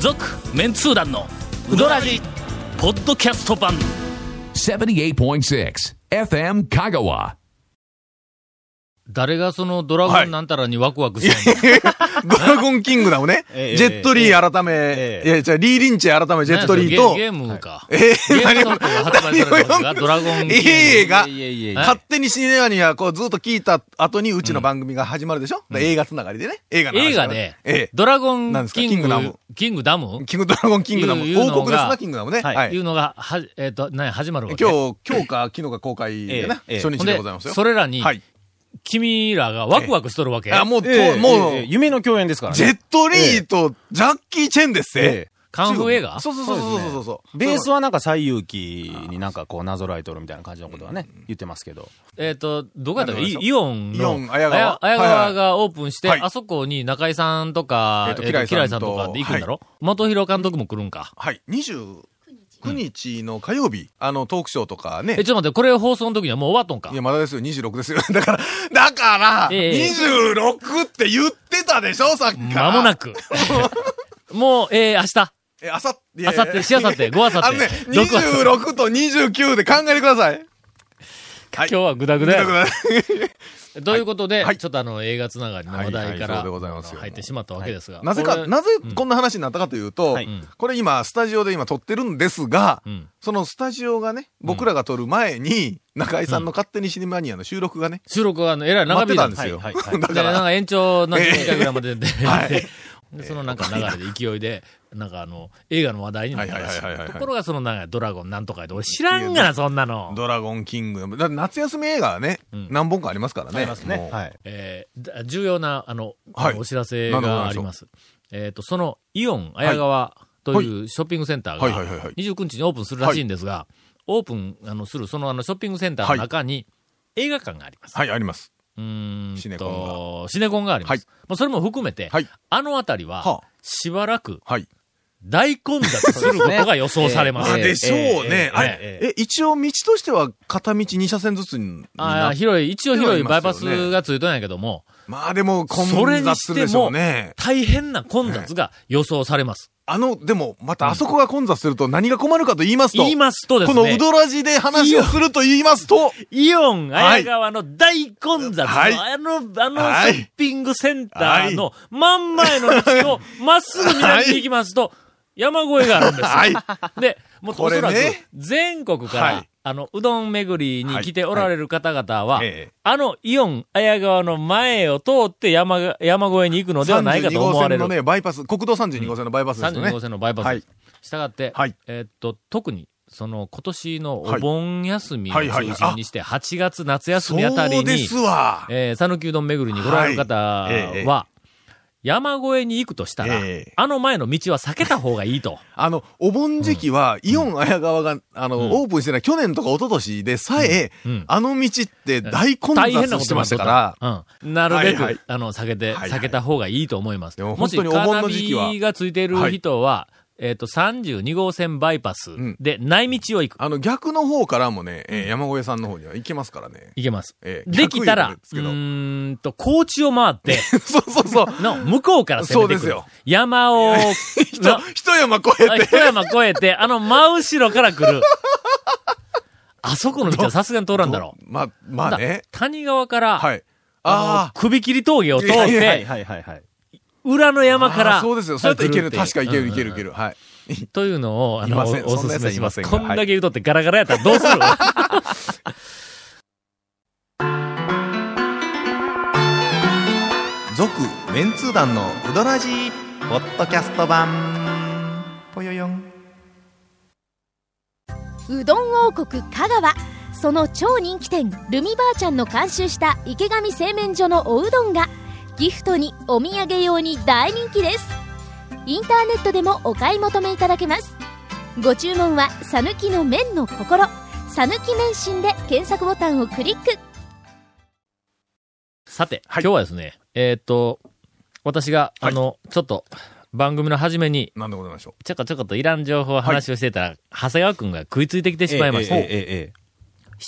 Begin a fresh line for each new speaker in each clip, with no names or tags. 続メンツー団のウドラジポッドキャスト版
78.6 FM Kagawa.
誰がそのドラゴンなんたらにワクワクしてんの、
ドラゴンキングダムね。ジ
ええ
ェットリー改
え
め、
え
いや、じゃあリーリンチェ改めジェットリーと、
ゲームゲームか。
ええ
ゲームソフトが発売されたんですが、
何を
ドラゴンキン グ。
いい映画
いやいやいや
はい
勝手にシネマにはこうずっと聞いた後にうちの番組が始まるでしょ、だから映画つながりでね。映画の話
映画で、
え
ドラゴン
なんですか
キン
キングダ
グ
ム、
キングダム
え。キングドラゴンキングダ
い
ム。
ういうの
王
が
国ですな、キングダムね。はい。
いうのが、は、えっ、と、何、始まるわけ。
今日、今日か昨日か公開でね、
ええええ
初日
ほん
で
で
ございますよ。
それらに、
はい。
君らがワクワクしとるわけ。
あ、もう、と
ええ
もう、
ええ夢の共演ですからね。
ジェットリーとジャッキー・チェンです
え
ぜ
え。
カンフー映画
そうそうそうそうそうそうそう。
ベースはなんか西遊記になんかこうなぞらえとるみたいな感じのことはね、言ってますけど。
えっ、と、どこやったっけ
なんでしょう
イイオンの。
イオン綾川
あや綾
はいは
川
い
がオープンして、
はい
あそこに中井さんとか、
えっとキライさんと
キライさんとかで行くんだろ、元広監督も来るんか。
はい。29日の火曜日、あの、トークショーとかね
え、。ちょっと待って、これ放送の時にはもう終わっとんか
いや、。まだですよ、26ですよ。 だから、だから、
ええ
26って言ってたでしょ、さっきから。
間もな。く。 もう、えー、明日。
え、あさっ
明後日しあさってごあさって
あのね、
どこあさって
26と29で考えてください。はい
今日はグダグダ
見たく
や。
ない
ということで、
はい
ちょっとあの、映画つながりの話題か
はいはいそう
ら、
でございますよ
入ってしまったわけですが。
なぜ
こ
か、
れ
なぜこんな話になったかというと、
はい
これ今、スタジオで今撮ってるんですが、
うん
そのスタジオがね、僕らが撮る前に、中井さんの勝手にシネマニアの収録がね、
収録は、あの、えらい長
待
引
って
い
た
た
ん
ん
で
です
よ。
はいはいは い
だ
で、
か
なん
ら、
か延長の1回ぐらいまでで、
はい
でそのなんか流れで勢いで、なんかあの、映画の話題にもなったし
はいはいはいはいはい
ところがそのなんかドラゴンなんとかやで、俺知らんがな、そんなの。
ドラゴンキング、だって夏休み映画はね、
ん
何本かありますからね。もう
はい。
えーだ重要な、あの、
はい
あのお知らせ
なんでござい
が
ま
あ
し
り
ょう
ます。えっ、と、その、イオン綾川というショッピングセンター
はいはいはい
が
はい、
29日にオープンするらしいんですが、オープンあのする、そのあのショッピングセンターの中に、映画館があります。
はい、あります。
うーんと
シネコン
シネコンがあります。
はい
まあ、それも含めて、
はい
あのあたりは、
はあ
しばらく
はい。
大混雑することが予想されます。
ええ
でしょうね。あ
え
れ、え、一応道としては片道2車線ずつに
あ
な
あ広い、一応広いバイパ
ではいますよ
ス
ね
がついとんやけども、
まあでも混
それに
雑
し
するでしてょう
も
ね。、
大変な混雑が予想されます。
あの、でも、またあそこが混雑すると何が困るかと言いますと、
言いますとです
こ
ね、
のウドラジで話をすると言いますと、
イオン綾川の大混雑の、
はい
あの、あの
はい
ショッピングセンターの真ん前の道をまっすぐ南に行きますと、山越えがあるんですよ。
はい。
で、もう
こ
お
れ
そ
ね
らく全国から、
はい
あの、うどん巡りに来ておられる方々は、
はいええ
あのイオン綾川の前を通って山が、山越えに行くのではないか
32
と思
号
われる
線の。ね、バイパス、国道32号線のバイパスですよ
32
ね
号。線のバイパス。
はい
したがって、
はい
えーっと、特に、その、今年のお盆休みを
はいはい
中心にして、8月夏休みあたり
そうで
に
す、わ。
えー、讃岐うどん巡りに来られる方は、
はいええ
山越えに行くとしたら、
ええ
あの前の道は避けた方がいいと。
あの、お盆時期は、イオン綾川が、あの、オープンしてない去年とか一昨年でさえ、
うんうん
あの道って大混雑
大変なこと
してましたから、
ら。うん。なるべく、
はいはい
あの、避けて、
はいはい
避けた方がいいと思います。
でも
もし、カ
本当にお盆
ーナ
の時期は
ビがついている人は、えっ、と、32号線バイパス
ん
で、内道を行く。
あの、逆の方からもね、えー山越えさんの方には行けますからね。
行けます。
ええ
できたら、
100
う
円ですけど
ーんと、高知を回っ て、
そうそう そう。
の、向こうから攻めてくる。
そうですよ
山を、
人、一山越え
な
て。
一山越えて、あの、真後ろから来 る。あそこの道はさすがに通らんだろう。
ま、まあね。
谷川から、
はい。
あ
あ
の、首切り峠を通っ
いやい
は
や
て
い、はいはいはい。
裏の
あ。
山か
あ
ら、
ーそうですよ。そうやっていける。確かいけるいけるい
うん
ける。はい。
というのを、あの、
いません
おお
そ
す
んなや
す
つ
め
はい
し
ま
ま
せ
す。
ん
こ
が
んだけ言うとってガラガラやったらどう する
続、メンツー団のうどらじポッドキャスト版。ぽよよん。
うどん王国香川その超人気店ルミばあちゃんの監修した池上製麺所のおうどんがギフトにお土産用に大人気ですインターネットでもお買い求めいただけますご注文は「さぬきの麺の心」「さぬき麺心」で検索ボタンをクリック
さて、今日はですね、えーっと、私が、あの、ちょっと、番組の初めに、
なんでございましょ
ちょこちょこといらん情報を話をしてたら、長谷川くんが食いついてきてしまいまして、
ええええええええ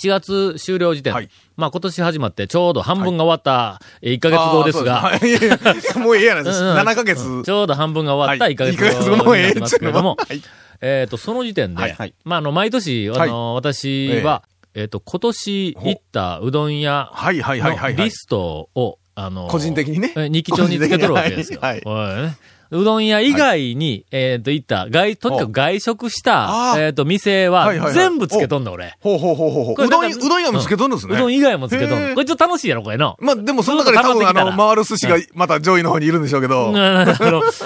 7月終了時点、
はい
まあ今年始まってちょうど半分が終わったえー1ヶ月後ですが、
あー。そうですはいいやいやもうええやないで
う
す。
んうん
7ヶ月。
ちょうど半分が終わった1ヶ月
はい一ヶ月
後
も
に
え
な
え
ってますけれども、
っていうの
えっと、その時点で、
はいはい
まああの、毎年、あの、私は、えっ、と、今年行ったうどん屋
はいはいはいはい
の
はい。
リストを、あの、
個人的にね
え日記帳につけとるわけです よ。
個人的
はいねうどん屋以外に、えっ、と、行った、外、とにかく外食した
あ、ー
えっ、と、店
は
はい
はいは、い
全部つけとんだ、俺。
ほうほうほうほうほう。うどん、うどん屋もつけとるんですね。
うどん以外もつけとん
へ
の。
ー
これちょっと楽しいやろ、これの。
まあでもその中で多
ずっ
分
と溜ま
あ
ってきたら
の、回る寿司がまた上位の方にいるんでしょうけど。
うん あの、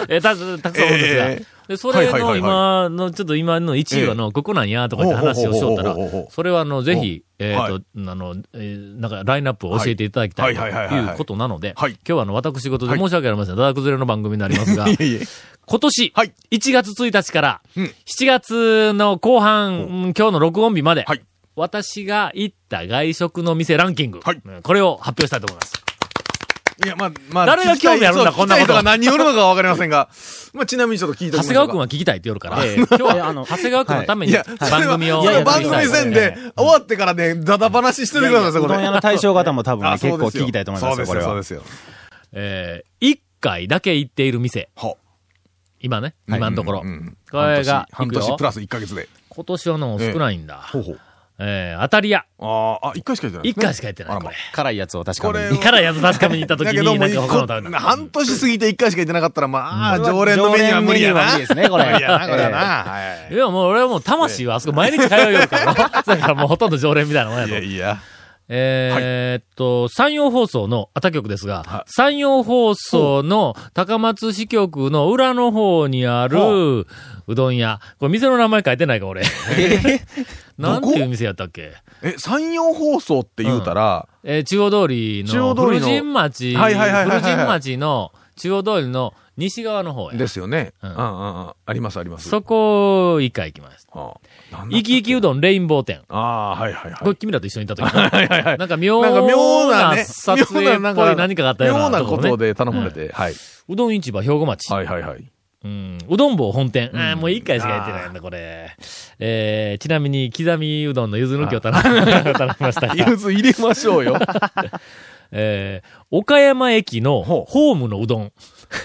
えーたたくさんおるんですが。
ええ
で、それ
はいはい
の
はい
今の、ちょっと今の1位はの、ここなんや、とかって話をしよったら
ほうほうほうほうほうほ、う
それはあの、ぜひ、えっ
はい
と、あの、えーなんか、ラインナップを教えていただきたいと
はいはいはいはいはい
いうことなので、
は
今
い
日はあの、私事で申し訳ありません。だだ崩れの番組になり ますが、
いえいえ。
今年、
はい
1月1日から、
うん
7月の後半、うん今日の録音日まで、
はい
私が行った外食の店ランキング、
はい
うんこれを発表したいと思います。
いや、まあ、まあ、
誰が興味あるんだ
聞きたい
こんなこと
聞きたいが何によるのかわかりませんが、まあ、ちなみにちょっと聞いて
長谷川くん
は
は聞きたいって言うから、
ええ
今日
いや
は
あの
長谷川くんのため
い
に
や、それは
番組を
いやい
やっ
や、
て
番
いき
組
たい
戦で、終わってからね、だだ話しててください、そこ
う
で。
どん屋の対象方も多分ね
あ、
結
そう
構
ですよ
聞きたいと思いますよ、こ
そう
れ
ですよ、そう
は
で。すよ。
えー、1回だけ行っている店、
は
今ね、
はい
今のところ。
うんうんうん
これが
半
いく
年
よ
半年プラス1ヶ月で。
今年はの少ないんだ。
ほうほう。
えー、当たり屋、
あーあ、1回しかやってない、
1回しかやってない、
あら
こ
ま
れ。
辛いやつを確か
こ
め
れ
に。
は
からやつ確かめに行った時
だ
に、
けども
な
うん
か他の食べ
こ半年過ぎて1回しか行ってなかったら、まあ、
うん
常連のメニューは無理やな。
常連メニューは無理です ねこれ
無理やな、これはな。はい
いや、もう俺はもう魂はあそこ毎日通うよるから な。だからもうほとんど常連みたいなもんや
い
と
や。いや。
えーっと、山陽放送の、あ、他局ですが、
は
山陽放送の高松支局の裏の方にあるうどん屋。これ店の名前書いてないか、俺。 なんていう店やったっけ
え、山陽放送って言うたら、
えー中央通り
中
の、
央通
古
りの
神町、
はいはいはいはいはい
古神町の中央通りの西側の方へ。
ですよね。
う
うんんうんうん。ありますあります。
そこ、一回行きました。
ああなんだ
生き生きうどんレインボー店。
ああ、はいはいは
これ
い。
君らと一緒にいた時
はいはいはい。
なんか妙
なんか妙な
な
ね
撮影っぽい何かがあったような
妙なこ
ろね
とで頼まれて、はい。
うどん市場兵庫町。
はいはいはい。
うん。うどん坊本店。ああ、もう一回しかやってないんだ、これ。えー、ちなみに、刻みうどんのゆず抜きを頼み頼みま したが
ゆず入れましょ うよ。
えー、岡山駅のホームのうどん。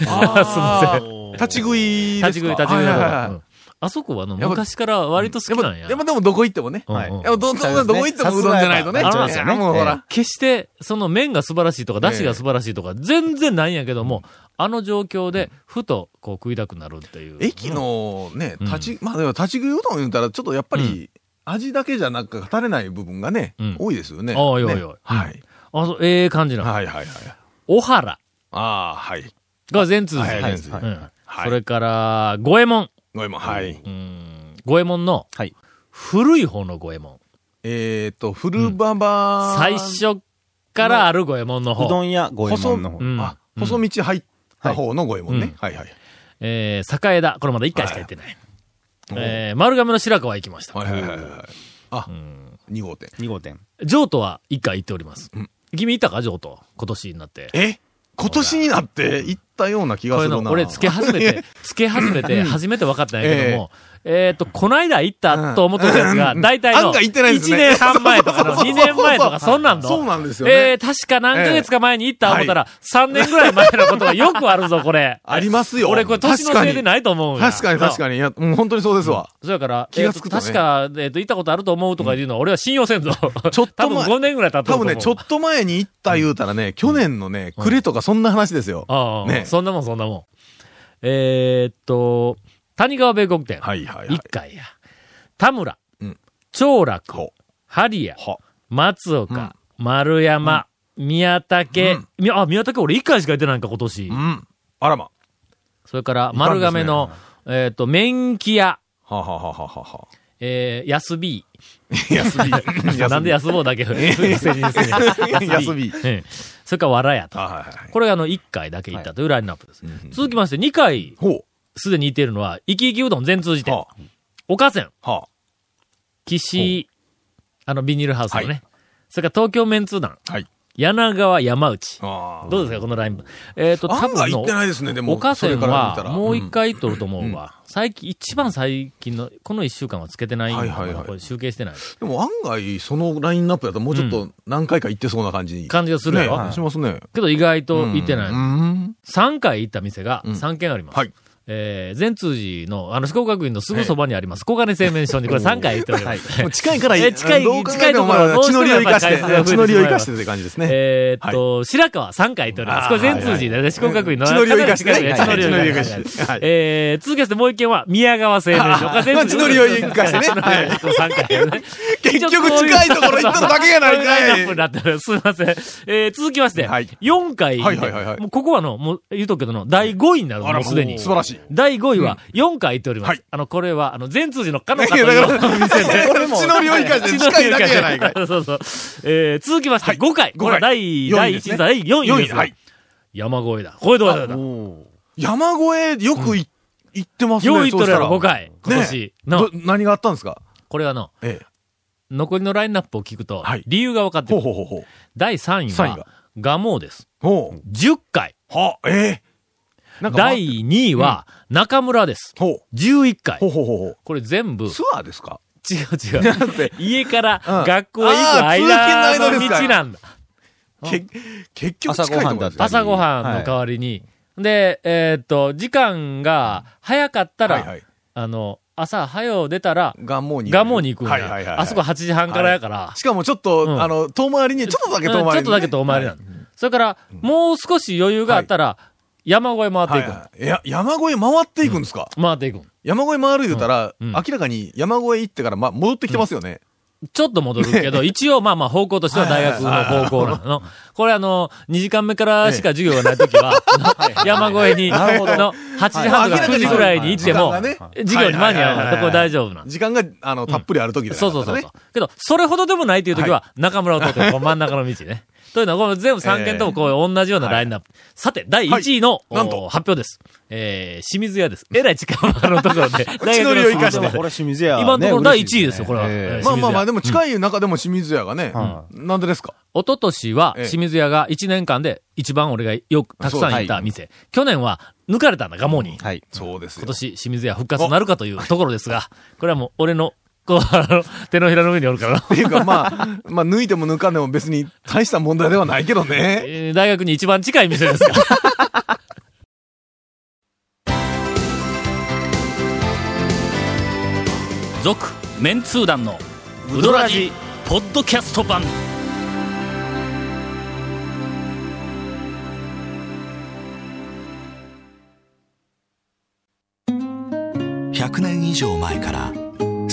あすみま
立ち食い
せん。立ち
ですか
食い、立ち食い
は
のう
は
ど
は
んうん。あそこはあの、
やっぱ
昔から割と好きなんや。
い。でもでもどこ行ってもね。
うんうん
はい
でもどどどこ行ってもうどんじゃないとね。
さすがやっぱ
いやもうほら。
決して、その麺が素晴らしいとか、出汁が素晴らしいとか、全然ないんやけども、あの状況で、ふと、こう食いたくなるっていう。
駅のね、
うん
立ち、まあでも立ち食いうどん言うたらちょっとやっぱり、味だけじゃなく語れない部分がね
うん、
多いですよね。
ああおいおいおい
ね
うん
はい。
あ、そう、ええ感じなの。
はいはいはい。
おはら
ああ、はい。
が全通じ。
はいはい
うん
ははい
それから、五右衛門。
ごめんもはい。
うん五右衛門の、
はい
古い方の五右衛門。
えっと、古馬場。
最初からある五右衛門の
うど
方。
ん屋五右衛門の方
う。ん
あ、
うん
細道入った方の五右衛門
うん
ね。はいはい。
えー、栄田。これまだ一回しか行ってない。えー、丸亀の白川行きました。
はいはいはいはい。あ、二号店。
二号店。
譲渡は一回行っております。君行ったか譲渡。今年になって。
え今年になって行ったような気が
こ
す
れ
る
の
な。
俺、つけ始め て、つけ始めて、初めて分かったんやけども、えっと、こないだ行ったと思ってたやつが、
うん
大体の、
案外行ってないですね
1年半前とかの、
そうそ
2
うそうそう
年前とか、そんなんの。
そうなんですよね。
えー、確か何ヶ月か前に行った思ったら、3年ぐらい前のことがよくあるぞ、これ
ありますよ。
俺、これ年のせいでないと思うんや。
確かに確
に。
かに。いや、もう本当にそうですわ。
そうやから、
気がつくとね
えー確か、えっと、行ったことあると思うとかいうのは、俺は信用せんぞ。
ちょ
多
っと
分
前
5年ぐらい経った
多分ね、ちょ
と思う。
っと前に行った言うたらね、去年のね、暮れとかそんな話ですよ。
ああ、
ね
そんなもん、そんなもん。えー、っと、谷川米国店。
はいはいはい
一。回や。田村、
うん
長楽、
ほ
針谷、
は
松岡、丸山、宮武、みあ、宮武俺一回しか行ってないんか、今年。
うん。あらま。は
それから、
いかんで
丸
すね
亀の、えっ、と、麺木屋、
あはあはあはあはあ。
えー、安 び。
休み。
なんで
や
安坊だけ 成人するの
休み。
うんそれから、わらやと。
あはいはいはい。
これがあの、一回だけ行ったというラインナップです。続きまして、二回、
ほ
すでに行っているのは、生き生きうどん全通じ
う。
て、
は
おかせん、
あ。は
岸、あの、ビニールハウスのね。
は
それから東京メンツ団。
あ。はい。
柳川山内。
あ
どうですか、このライン。えっ、と、
あ。
多
案外
分
行ってな
の、
いですね、でも。
おかせん
それから見た
は
ら
もう一回取ると思うわ。最近、一番最近の、この一週間はつけてないんだけど
はいはいはい
これ集計してない
でも案外、そのラインナップだともうちょっと何回か行ってそうな感じに。
感じがするよ。
ねしますね。
けど意外と行ってない。
うん。
3回行った店が
うん
3軒あります。
はい。
えー、善通寺の、あの、四国学院のすぐそばにあります、小金製麺所にこれ3回行っております。
もう近いから
え近い
どう考えても
近いところはどうし
血
て
の
も
りを生かして、
やっぱり回数が増えてし
血
まいま
の
す
りを生かしてという感じです ね。
えーっと、白川3回とります。これ全通寺で、ね、四国学院の
血のりを生かしてね。
近くで
はい
血のりを生か
血のりを生か
して。
して。はい
えー、続きましてもう一件は、宮川製麺 所。これ全
まあ
通
血
寺
のりを生かして ね
血のりを生かして三回ね。
結局近いところ行っただけやないか
ラインナップ
い
に。なってるすみません。えー、続きまして、
はい
4回、
はいはいはいはい
もうここはの、もう言うとくけどの、第5位になるの、もうすでに。
素晴らしい。
第5位は4回行っております。
はい
あの、これは、あの、全通寺のかのかと
いや
い
だか
うお店で。
血のりを生かして近いだけやないかい。
そうそう。えー、続きまして、
はい
5回。これは
5回
第、
四位
第
で
1
すね
位、第4位
4
で
位
す。
はい。
山越えだ。これどうだどうだ。
山越えよくい行ってますね。
4位取れ
そうしたら
ろ、5。回。今年。の
ど、何があったんですか
これはの、
ええ。
残りのラインナップを聞くと
はい、
理由が分かって
ほう
る。
ほうほうほう。
第3位
三位
は
が、
ガモーです。
ほう。
10回。
は、ええ。なんか
第2位は、中村です。
ほう。
11回
ほ。うほうほうほう。
これ全部、違う
ツアーですか
違 う。家から
うん
学校へ行く
あー
間
通勤の間
の
ですか
道なんだ。
け結局
朝
近い
ご
と
は
思
ん
う
だ
で
っ
す
たり
よ
朝ごはんの代
は
わりに。で、えーっと、時間が早かった
はいは
ら
い、
あの、朝早う出たら、
ガンモーに。
ガモに行くん
はいはいはい
だ。
はい。
あそこ8時半からやから。
しかもちょっと、
うん
あの、遠回りに、ちょっとだけ
うん
遠回りにね、
ちょっとだけ遠回りなの。それから、もう少し余裕があったら、山越え回って
はいい
くの。
はい。いや、山越え回っていくんですか、
回っていくの。
山越え回る言うたら、
うんうん
明らかに山越え行ってから、ま、戻ってきてますよね。
ちょっと戻る けど、一応まあまあ方向としては大学の方向なの。これあの、2時間目からしか授業がないときは、 山越えに、
なるほど
の、8時半とか
はい
9時ぐらいに行っても
はい時間が、
授業に間に合うから、
はいはいはいはい
そこ大丈夫なの。
時間が、あの、たっぷりある時だか
そ
ら
うそうそう
ね
そう。けど、それほどでもないというときは、中村を取って、こう真ん中の道 ね。というのは、この全部3件ともこう同じようなラインナップ。さて、第1位の
はいなんと
お発表です。えー、清水屋です。えらい時間あのところ で。大学
乗りを生か
の
して
すぐそば
これ
で
清水屋、ね。
今のところ第1
嬉し
位
い
ですよ、これは。えー
まあま
清
あま
水屋
あ、でも近い中でも清水屋がね、なんでですか
一昨年は
ええ
清水屋が1年間で一番俺がよくたくさん行った店。去年は抜かれたんだ、ガモに。
はい。
そうです
今
よ。
年清水屋復活なるかというところです が、これはもう俺の、こう、あの、手のひらの上におる から
っていうか、まあ、まあ、抜いても抜かんでも別に大した問題ではないけどね。
えー大学に一番近い店ですから。
続メンツー団のウドラジポッドキャスト版
100年以上前から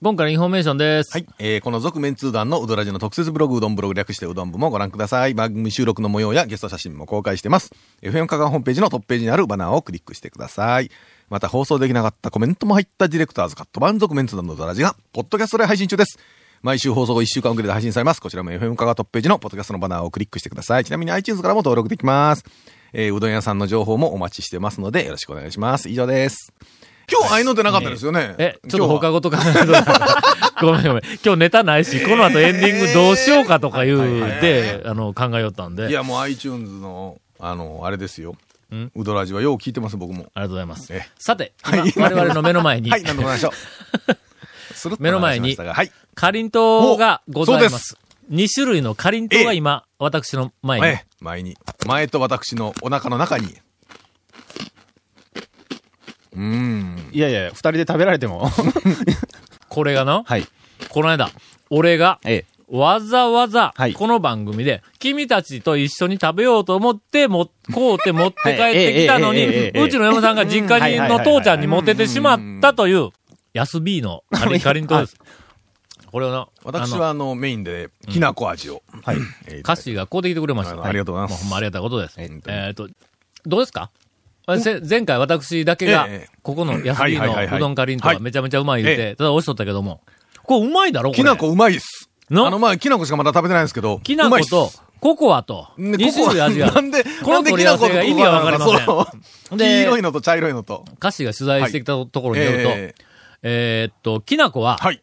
今回のインフォメーションです。
はい。えーこの続面通談のうどらじの特設ブログ、うどんブログ略してうどん部もご覧ください。番組収録の模様やゲスト写真も公開してます。FM 香川ホームページのトップページにあるバナーをクリックしてください。また放送できなかったコメントも入ったディレクターズカット版続面通談のうどらじが、ポッドキャストで配信中です。毎週放送後1週間遅れで配信されます。こちらも FM 香川トップページのポッドキャストのバナーをクリックしてください。ちなみに iTunes からも登録できます。えーうどん屋さんの情報もお待ちしてますので、よろしくお願いします。以上です。今日、あいの出なかったですよね。
え、ちょっと
今日
放課
は
後とか ごめんごめん。今日ネタないし、この後エンディングどうしようかとかいうで、あの、考えよったんで。あ
い
りが
や、もう iTunes の、あの、あれですよ
ん。
うどらじはよう聞いてます、僕も。
とうございます
え。
さて、今我々の目の前に
は、い、何度も話し ょう。スルッと
目の前
話
に
しましたがはい。
かりんとうがございます
お。
2種類のかりんとうが今、私の前に。
前、前に。前と私のお腹の中に。うーん。
いやいや、二人で食べられても。
これがな、
はい。
この間、俺が、
ええ。
わざわざ
はい、
この番組で、君たちと一緒に食べようと思って、も、こうて持って 帰ってきたのに、
はいええええええええ
うちの山さんが実家
う
人
ん
の父ちゃんに持っててしまったという、安 B のカリンカリンとうです。これをな、あ
私
の
は、あの、メインで、きなこ味を。はい。
歌詞がこうできてくれました。
あありがとうございます
もほんまありがたいことです。
え
え
え
ーっと、どうですかあせ前回私だけが
ええ、
ここの安
は
木
いはいはい
の
はいう
どんかりんとう
は
はいめちゃめちゃうまい言う
え
て、ただ美味しとったけども、これうまいだろこれ。
きなこうまいっす。あの、
の、
まあ、きなこしかまだ食べてないんですけど。
きな
うま
こ
いっす
と、ココアと、
ね
2種類味があ
な
る。
んで、
こ
な
の
んで
取
き
り合
な
わ
こ
せ
と
が意味がわかりません
ココアなのかそう
で
黄色いのと茶色いのと。
歌詞が取材してきたところによると、
え
えーっと、きなこは、
はい。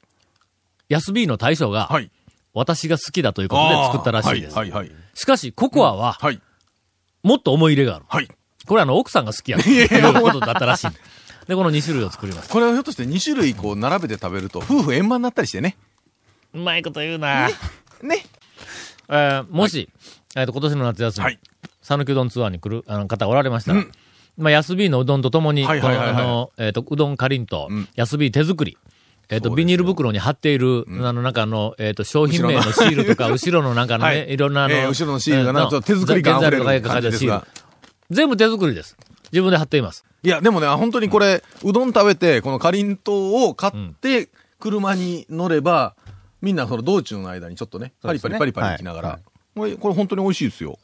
安 B の大将が、
はい。
私が好きだということで作ったらしいです。
はい、はい、はい。
しかし、ココアは、
はい。
もっと思い入れがある。
はい。
これあの、奥さんが好きやということだったらしい。で、この2種類を作りました。
これをひょっとして2種類こう並べて食べると、夫婦円満になったりしてね。
うまいこと言うな
ね。
えーもし、えっと、今年の夏休み、
はい
讃岐うどんツアーに来るあの方おられましたら、まあ、安ビーのうどんとともに、こ
はいはいはいは
の
い
あのえっとうどんかりんと
ん、
安ビー手作り、えっと、ビニール袋に貼っている、あの、中の、えっと、商品名のシールと か、後ろのなんかね、、
はい
ろんなあの、
えー後ろのシールがなちょっと手作り感
原材料
あふれる
とかが書いてあシール
感じ
全部手作りです。自分で貼っています。
いや、でもね、本当にこれ、うどん食べて、このかりんとうを買って、車に乗れば、みんなその道中の間にちょっとね、パ
そう
リ
で
パ
すね
リパリパリ行きながら。これ、これ本当に美味しいですよ。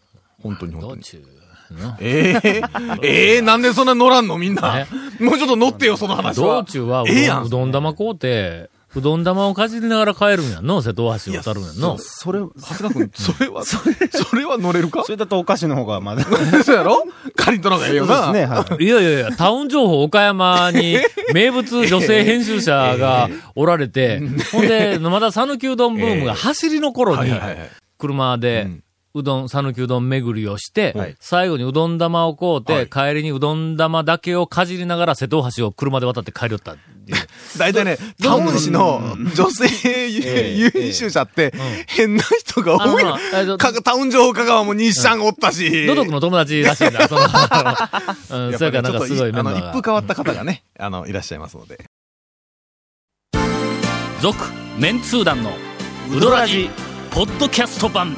本当に本
ど
当
う
に。
ちゅうの
ええええなんでそんな乗らんのみんな
ね。
もうちょっと乗ってよ、その話は。
道中はうどん
ええやん
う。どん玉買うて、うどん玉をかじりながら帰るんやんの、瀬戸大橋を渡るんやんの。
それ、
長谷川君、そ れは、それは乗れるか
それだとお菓子の方がまだ。そ
そうやろかりんとうの方がええよな。
ね。はい
やいやいや、タウン情報岡山に名物女性編集者 がおられて、ほんで、まだ讃岐うどんブームが走りの頃
はい
に
はいはい。
車で
うん、
うどん、讃岐うどん巡りをして、
はい
最後にうどん玉を買うて、
はい
帰りにうどん玉だけをかじりながら瀬戸大橋を車で渡って帰りよったっていう。
大体ね、タウン市の女性有有集者って、変な人が多い
あのまあえっと
の。かタウン情報香川も日産おったし。
ドドクの友達らしいな、その、 あのうん、そ
や
れから
っぱり
なん
ちょっ
か
と
すごい
い
メン
あ
バ
の、
ー
一
が
風。変わった方がね、あの、いらっしゃいますので。
続メンツー団のウドラジポッドキャスト版